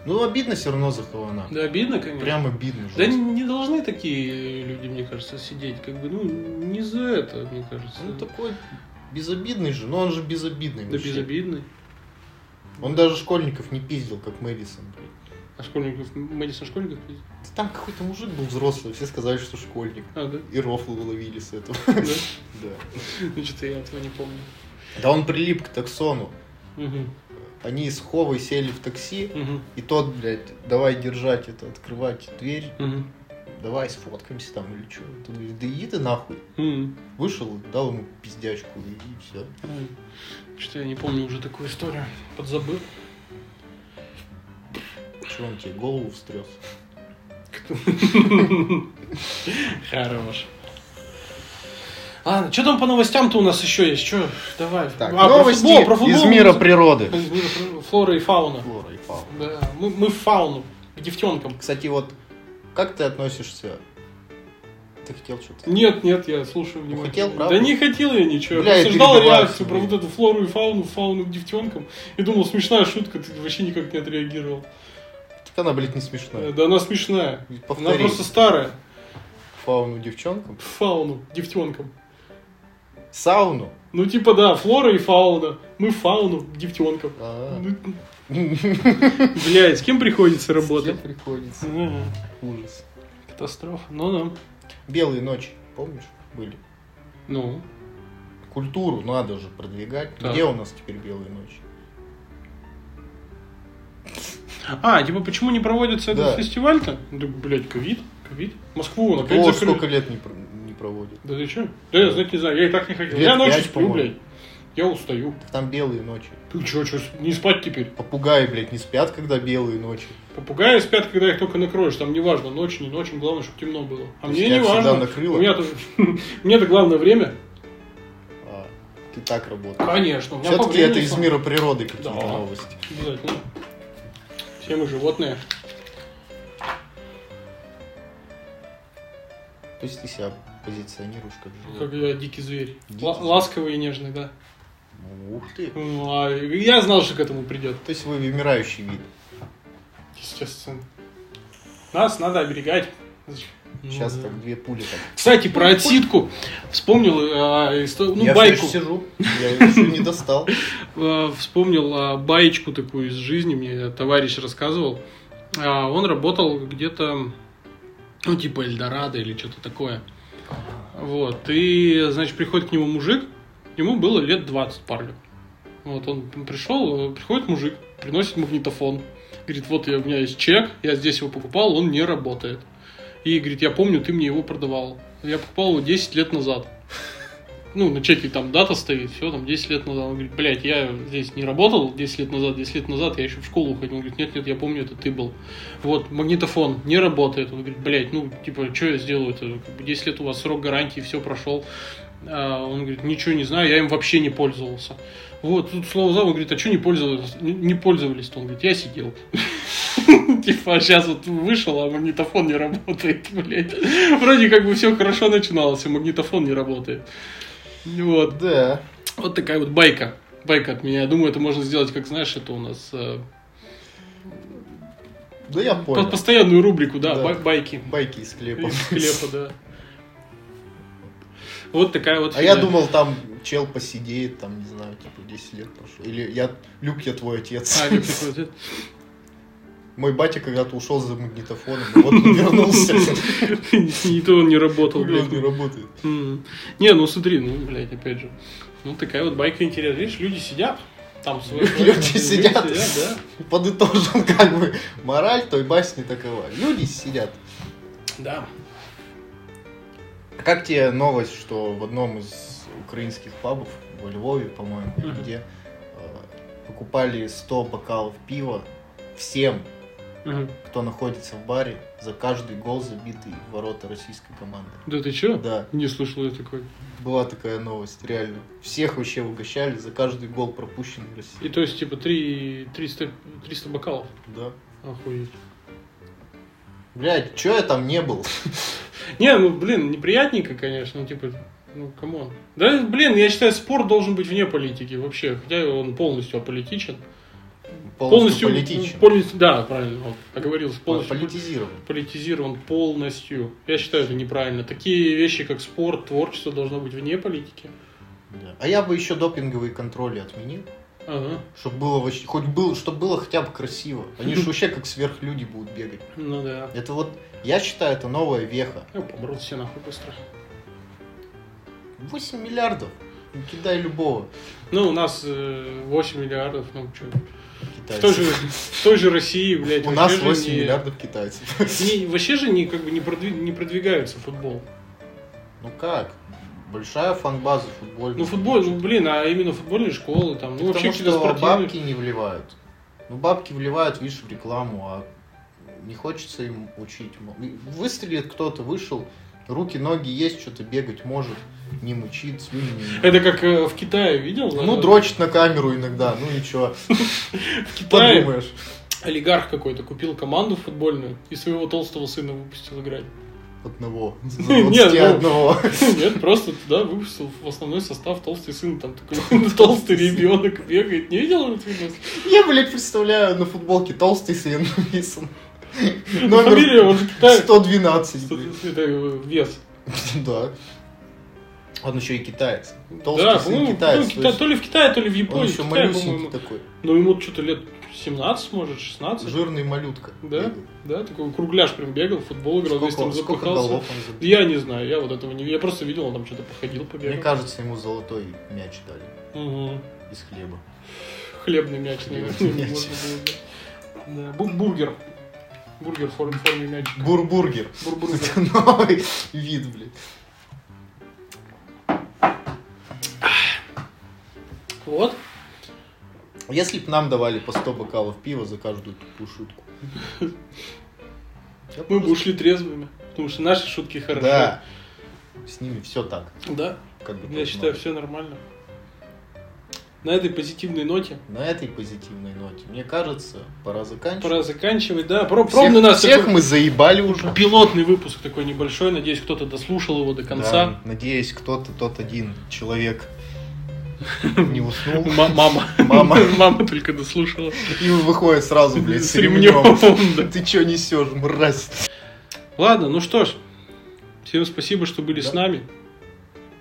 Speaker 2: Ну, обидно все равно за Хавана.
Speaker 1: Да, обидно, конечно.
Speaker 2: Прям обидно.
Speaker 1: Да не,
Speaker 2: жестко.
Speaker 1: не должны такие люди, мне кажется, сидеть. Как бы, ну, не за это, мне кажется.
Speaker 2: Ну, такой безобидный же. Но он же безобидный.
Speaker 1: да
Speaker 2: вообще.
Speaker 1: безобидный.
Speaker 2: Он даже школьников не пиздил, как Мэдисон. блин.
Speaker 1: А школьников, Мэдисон школьников?
Speaker 2: Да там какой-то мужик был взрослый, все сказали, что школьник.
Speaker 1: А, <laughs> да?
Speaker 2: И рофлы уловили с этого. <laughs>
Speaker 1: Да?
Speaker 2: Да.
Speaker 1: Ну, что-то я этого не помню.
Speaker 2: Да он прилип к таксону.
Speaker 1: Мгм,
Speaker 2: Они с Ховой сели в такси,
Speaker 1: мгм,
Speaker 2: и тот, блядь, давай держать это, открывать дверь,
Speaker 1: мгм,
Speaker 2: давай сфоткаемся там или что. Он говорит, да иди ты нахуй.
Speaker 1: мгм.
Speaker 2: Вышел, дал ему пиздячку, и, все.
Speaker 1: Ой, Что-то я не помню уже такую историю. Подзабыл.
Speaker 2: Че он тебе голову встрес?
Speaker 1: <laughs> Хорош. Ладно, что там по новостям-то у нас еще есть? Что? Давай. А, про
Speaker 2: новости
Speaker 1: футбол, про футбол.
Speaker 2: из мира природы.
Speaker 1: Из мира природы. Флора и фауна.
Speaker 2: Флора и фауна.
Speaker 1: Да, мы, мы в фауну. К девчонкам.
Speaker 2: Кстати, вот как ты относишься? Ты хотел что-то?
Speaker 1: Нет, нет, я слушаю
Speaker 2: Ну,
Speaker 1: внимательно.
Speaker 2: хотел, правда?
Speaker 1: Да не хотел я ничего.
Speaker 2: Бля,
Speaker 1: я
Speaker 2: я
Speaker 1: обсуждал
Speaker 2: перебиваю
Speaker 1: реакцию про
Speaker 2: тебя.
Speaker 1: вот эту флору и фауну, фауну к девчонкам. И думал, смешная шутка, ты вообще никак не отреагировал.
Speaker 2: Так типа, она, блядь, не
Speaker 1: Э,
Speaker 2: смешная.
Speaker 1: Да Э, она смешная. Она
Speaker 2: Повтори.
Speaker 1: просто старая.
Speaker 2: Фауну девчонкам?
Speaker 1: Фауну, девчонкам.
Speaker 2: Сауну?
Speaker 1: Ну, типа, да, флора и фауна. Мы фауну, девчонкам.
Speaker 2: А,
Speaker 1: Ну,
Speaker 2: <laughs>
Speaker 1: Блядь, с кем приходится
Speaker 2: Всем
Speaker 1: работать?
Speaker 2: приходится.
Speaker 1: Ну,
Speaker 2: Ужас.
Speaker 1: Катастрофа. Ну, да.
Speaker 2: Белые ночи, помнишь, были?
Speaker 1: Ну,
Speaker 2: Культуру надо же продвигать.
Speaker 1: Да.
Speaker 2: Где у нас теперь белые ночи?
Speaker 1: А, типа, почему не проводится
Speaker 2: Да.
Speaker 1: этот фестиваль-то? Да, блядь, ковид, ковид. Москву он Ну, опять
Speaker 2: О,
Speaker 1: закрыл.
Speaker 2: сколько лет не, про- не проводят.
Speaker 1: Да ты чё? Да я знать не знаю, я и так не хотел.
Speaker 2: Лет
Speaker 1: я ночью
Speaker 2: пять,
Speaker 1: сплю,
Speaker 2: по-моему.
Speaker 1: блядь. Я устаю.
Speaker 2: Там белые ночи.
Speaker 1: Ты чё, чё, не спать теперь?
Speaker 2: Попугаи, блядь, не спят, когда белые ночи.
Speaker 1: Попугаи спят, когда их только накроешь. Там неважно, ночь, не ночь, им главное, чтобы темно было. А
Speaker 2: То есть
Speaker 1: мне
Speaker 2: тебя
Speaker 1: не
Speaker 2: всегда
Speaker 1: важно.
Speaker 2: накрыло.
Speaker 1: У меня тоже- <laughs> Мне-то главное время.
Speaker 2: А, ты так работаешь.
Speaker 1: Конечно. у меня по
Speaker 2: Все-таки это
Speaker 1: времени
Speaker 2: из
Speaker 1: сам-
Speaker 2: мира природы какие-то
Speaker 1: Да.
Speaker 2: новости.
Speaker 1: Обязательно. Все мы животные.
Speaker 2: То есть ты себя позиционируешь как
Speaker 1: Как
Speaker 2: животное.
Speaker 1: я дикий зверь.
Speaker 2: Дикий
Speaker 1: Ла-
Speaker 2: зверь.
Speaker 1: ласковый и нежный, да.
Speaker 2: Ну, Ух ты.
Speaker 1: Ну, а я знал, что к этому придет.
Speaker 2: То есть вы вымирающий вид.
Speaker 1: Естественно. Нас надо оберегать.
Speaker 2: Сейчас
Speaker 1: Ну, да.
Speaker 2: так две пули так.
Speaker 1: Кстати, про отсидку. Вспомнил э, исто- ну,
Speaker 2: я всё
Speaker 1: байку.
Speaker 2: ещё сижу, я еще не достал.
Speaker 1: Э, вспомнил э, баечку такую из жизни, мне товарищ рассказывал. А, Он работал где-то, ну, типа Эльдорадо или что-то такое. Вот, и, значит, приходит к нему мужик, ему было лет 20 парню. Вот, он пришел, э, приходит мужик, приносит магнитофон. Говорит, вот я, у меня есть чек, я здесь его покупал, он не работает. И говорит, я помню, ты мне его продавал. Я покупал его 10 лет назад ну, на чеке там дата стоит, все, там 10 лет назад. Он говорит, блядь, я здесь не работал 10 лет назад, 10 лет назад я еще в школу ходил. Он говорит, нет, нет, я помню, это ты был. Вот, магнитофон не работает. Он говорит, блядь, ну, типа, что я сделаю-то? Как бы 10 лет у вас срок гарантии, все прошел. А, он говорит, ничего не знаю, я им вообще не пользовался. Вот, тут слово за, он говорит, а что не пользовались? Не- Не пользовались-то? Он говорит, я сидел. <laughs> Типа, сейчас вот вышел, а магнитофон не работает, блядь. Вроде как бы все хорошо начиналось, а магнитофон не работает. Вот.
Speaker 2: Да.
Speaker 1: Вот такая вот байка. Байка от меня. Я думаю, это можно сделать, как знаешь, это у нас э,
Speaker 2: Да я
Speaker 1: под
Speaker 2: понял.
Speaker 1: постоянную рубрику, да,
Speaker 2: Да.
Speaker 1: бай- байки.
Speaker 2: Байки из хлеба.
Speaker 1: Из хлеба, да. Вот такая вот
Speaker 2: А я
Speaker 1: фигня.
Speaker 2: думал, там чел посидеет, там, не знаю, типа 10 лет прошло. Или я, Люк, я твой отец.
Speaker 1: А, как такое, да?
Speaker 2: <laughs> Мой батя когда-то ушел за магнитофоном, и вот
Speaker 1: <laughs>
Speaker 2: он вернулся.
Speaker 1: <laughs>
Speaker 2: <laughs>
Speaker 1: И то он не работал,
Speaker 2: Хули
Speaker 1: блядь.
Speaker 2: он не работает.
Speaker 1: М. Не, ну смотри, ну, блядь, опять же. Ну, такая вот байка интересная. Видишь, люди сидят, там свои...
Speaker 2: Люди сидят.
Speaker 1: да.
Speaker 2: Подытожил как бы мораль той басни такова. Люди сидят.
Speaker 1: Да.
Speaker 2: А как тебе новость, что в одном из украинских пабов, во Львове, по-моему, или
Speaker 1: Мгм.
Speaker 2: где, э, покупали 100 бокалов пива всем,
Speaker 1: Мгм.
Speaker 2: кто находится в баре, за каждый гол, забитый в ворота российской команды.
Speaker 1: Да ты чё?
Speaker 2: Да,
Speaker 1: Не слышал я такой.
Speaker 2: была такая новость, реально. Всех вообще угощали за каждый гол, пропущенный в России.
Speaker 1: И то есть, типа, три 300, 300 бокалов.
Speaker 2: Да.
Speaker 1: Охуеть.
Speaker 2: Блядь, чё я там не был?
Speaker 1: Не, ну, блин, неприятненько, конечно, ну, типа, ну, камон. Да, блин, я считаю, спорт должен быть вне политики вообще, хотя он полностью аполитичен.
Speaker 2: Полностью,
Speaker 1: м,
Speaker 2: политичен.
Speaker 1: полностью- да, правильно, вот, оговорился, полностью
Speaker 2: Политизирован.
Speaker 1: политизирован полностью. Я считаю, это неправильно. Такие вещи, как спорт, творчество должно быть вне политики.
Speaker 2: Да. А я бы еще допинговые контроли отменил.
Speaker 1: Ага,
Speaker 2: Чтобы было вообще, хоть было, чтобы было хотя бы красиво. Они же вообще как сверхлюди будут бегать.
Speaker 1: ну да.
Speaker 2: Это вот, я считаю, это новая веха.
Speaker 1: Я помрут все нахуй быстро.
Speaker 2: 8 миллиардов. Ну, Кидай любого
Speaker 1: Ну, у нас э, 8 миллиардов, ну, чё. В той, же,
Speaker 2: китайца.
Speaker 1: в той же России, блядь,
Speaker 2: У нас
Speaker 1: вообще же
Speaker 2: 8
Speaker 1: не-
Speaker 2: миллиардов китайцев.
Speaker 1: не- вообще же не, как бы не, продви- не продвигается футбол.
Speaker 2: <laughs> Ну как? Большая фан-база футбольная.
Speaker 1: Ну, футбол, ну, блин, а именно футбольные школы, там, ну, вообще
Speaker 2: Потому
Speaker 1: какие-то
Speaker 2: что
Speaker 1: спортивные.
Speaker 2: бабки не вливают. Ну, бабки вливают, видишь, в рекламу, а не хочется им учить. М- Выстрелит кто-то, вышел, руки, ноги есть, что-то бегать может, не мучит, слюни не-
Speaker 1: Это как э, в Китае, видел?
Speaker 2: Ну,
Speaker 1: Э,
Speaker 2: дрочит на камеру иногда, ну и чё,
Speaker 1: В Китае
Speaker 2: подумаешь.
Speaker 1: олигарх какой-то купил команду футбольную и своего толстого сына выпустил играть.
Speaker 2: Одного.
Speaker 1: <laughs> Нет, ну-
Speaker 2: <laughs> 21.
Speaker 1: Нет, просто туда выпустил в основной состав толстый сын, там такой <laughs> толстый ребенок бегает. Не видел этот видос? <laughs>
Speaker 2: Я, блядь, представляю, на футболке толстый сын написан.
Speaker 1: Фамилия он же китаец.
Speaker 2: 112. блин.
Speaker 1: Это, э, Вес.
Speaker 2: Да. Он еще и китаец.
Speaker 1: да,
Speaker 2: Толстый сын
Speaker 1: по-моему,
Speaker 2: китаец.
Speaker 1: ну,
Speaker 2: то
Speaker 1: Китай-
Speaker 2: есть
Speaker 1: то ли в Китае, то ли в
Speaker 2: Он
Speaker 1: Японии.
Speaker 2: еще
Speaker 1: в Китае,
Speaker 2: малюсенький
Speaker 1: по-моему.
Speaker 2: такой.
Speaker 1: Ну, ему что-то лет 17, может, 16.
Speaker 2: Жирный малютка.
Speaker 1: Да?
Speaker 2: Бегал.
Speaker 1: Да, такой кругляш прям бегал, в футбол играл, весь
Speaker 2: Сколько,
Speaker 1: там
Speaker 2: сколько
Speaker 1: запыхался.
Speaker 2: голов он забил?
Speaker 1: Я не знаю, я вот этого не... Я просто видел, он там что-то походил, побегал.
Speaker 2: Мне кажется, ему золотой мяч дали
Speaker 1: Мгм.
Speaker 2: из хлеба.
Speaker 1: Хлебный мяч, наверное.
Speaker 2: Хлебный мяч.
Speaker 1: можно было бы. Да, бу- бургер. Бургер в форме, в форме мячика.
Speaker 2: Бурбургер. <laughs>
Speaker 1: Бурбургер.
Speaker 2: Это новый вид, блин.
Speaker 1: Вот.
Speaker 2: Если бы нам давали по 100 бокалов пива за каждую тупую шутку. Я
Speaker 1: Мы
Speaker 2: просто-
Speaker 1: бы ушли трезвыми. Потому что наши шутки хороши.
Speaker 2: Да. С ними все так.
Speaker 1: Да?
Speaker 2: Как бы
Speaker 1: Я
Speaker 2: так
Speaker 1: считаю,
Speaker 2: надо.
Speaker 1: все нормально. На этой позитивной ноте
Speaker 2: На этой позитивной ноте, мне кажется, пора заканчивать.
Speaker 1: пора заканчивать. Да, про-
Speaker 2: Всех,
Speaker 1: пробный у нас
Speaker 2: всех
Speaker 1: такой
Speaker 2: мы заебали уже.
Speaker 1: пилотный выпуск такой небольшой. Надеюсь, кто-то дослушал его до конца.
Speaker 2: Да, надеюсь, кто-то, тот один
Speaker 1: <laughs>
Speaker 2: человек не уснул.
Speaker 1: М- мама.
Speaker 2: Мама.
Speaker 1: <laughs> Мама только дослушала.
Speaker 2: <laughs> И выходит сразу, блядь, с
Speaker 1: С ремнем.
Speaker 2: ремнем.
Speaker 1: <laughs>
Speaker 2: Ты чё несешь, мразь?
Speaker 1: Ладно, ну что ж. Всем спасибо, что были
Speaker 2: Да.
Speaker 1: с нами.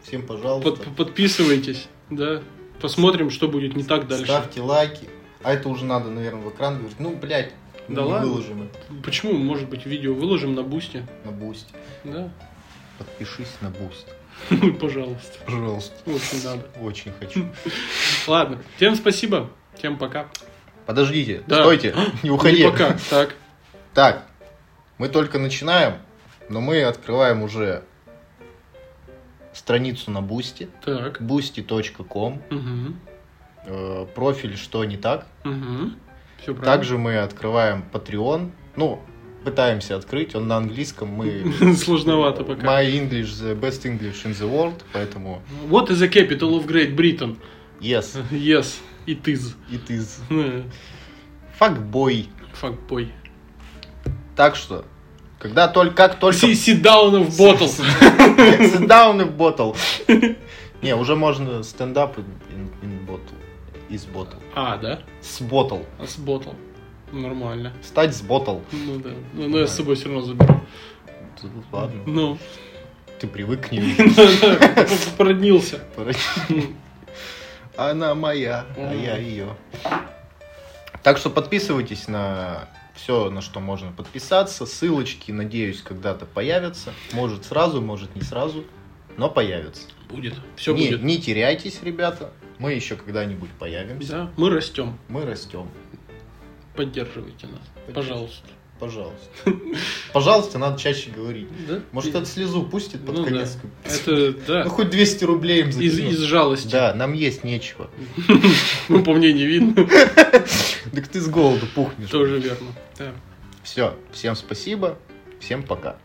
Speaker 2: Всем,
Speaker 1: Под-
Speaker 2: пожалуйста,
Speaker 1: подписывайтесь, да. Посмотрим, что будет не так дальше.
Speaker 2: ставьте лайки. А это уже надо, наверное, в экран говорить. Ну, блядь, мы
Speaker 1: Да
Speaker 2: не
Speaker 1: ладно.
Speaker 2: выложим это
Speaker 1: Почему, может быть, видео выложим на бусте,
Speaker 2: на буст.
Speaker 1: да? <laughs>
Speaker 2: Подпишись на буст.
Speaker 1: Ну, пожалуйста.
Speaker 2: Пожалуйста.
Speaker 1: Очень надо.
Speaker 2: Очень
Speaker 1: <laughs>
Speaker 2: хочу.
Speaker 1: Ладно, всем спасибо, всем пока.
Speaker 2: Подождите,
Speaker 1: Да.
Speaker 2: стойте, не уходи.
Speaker 1: Не пока, так.
Speaker 2: Так, мы только начинаем, но мы открываем уже страницу на Бусти,
Speaker 1: Так.
Speaker 2: boosty.com,
Speaker 1: Угу.
Speaker 2: э, профиль «Что не так».
Speaker 1: Угу. Все правильно.
Speaker 2: Также мы открываем Patreon, ну, пытаемся открыть, он на
Speaker 1: <laughs>
Speaker 2: английском, мы...
Speaker 1: Сложновато пока.
Speaker 2: My English, the best English in the world, поэтому
Speaker 1: What is the capital of Great Britain?
Speaker 2: yes,
Speaker 1: Yes, it is.
Speaker 2: it is
Speaker 1: Э,
Speaker 2: fuckboy.
Speaker 1: Fuckboy.
Speaker 2: Так что, когда только, как только... <laughs>
Speaker 1: Si- Sit down of bottle.
Speaker 2: Sit down и bottle. Не, уже можно стендап in, in- in bottle. Из ботл.
Speaker 1: А, да?
Speaker 2: С ботл.
Speaker 1: А С bottle. Нормально.
Speaker 2: Стать с ботл.
Speaker 1: Ну да. Ну, но я с собой все равно заберу.
Speaker 2: Ты- Ладно.
Speaker 1: Ну.
Speaker 2: Ты привык к ней.
Speaker 1: Да-да, <laughs> Проднился.
Speaker 2: Она моя, а я ее. Так что подписывайтесь на все, на что можно подписаться. Ссылочки, надеюсь, когда-то появятся. Может сразу, может не сразу, но появятся.
Speaker 1: Будет. Все
Speaker 2: не,
Speaker 1: будет.
Speaker 2: не теряйтесь, ребята. Мы еще когда-нибудь появимся.
Speaker 1: Да, мы растем.
Speaker 2: Мы растем.
Speaker 1: Поддерживайте нас. Пожалуйста.
Speaker 2: Пожалуйста. Пожалуйста, надо чаще говорить.
Speaker 1: Да?
Speaker 2: Может, это слезу пустит под
Speaker 1: Ну да.
Speaker 2: конец?
Speaker 1: Это,
Speaker 2: Ну,
Speaker 1: да,
Speaker 2: хоть 200 рублей им
Speaker 1: из,
Speaker 2: закинут.
Speaker 1: из жалости.
Speaker 2: Да, нам есть нечего.
Speaker 1: Ну, по мне не видно.
Speaker 2: Так ты с голоду пухнешь.
Speaker 1: Тоже верно. Да.
Speaker 2: Все, всем спасибо, всем пока.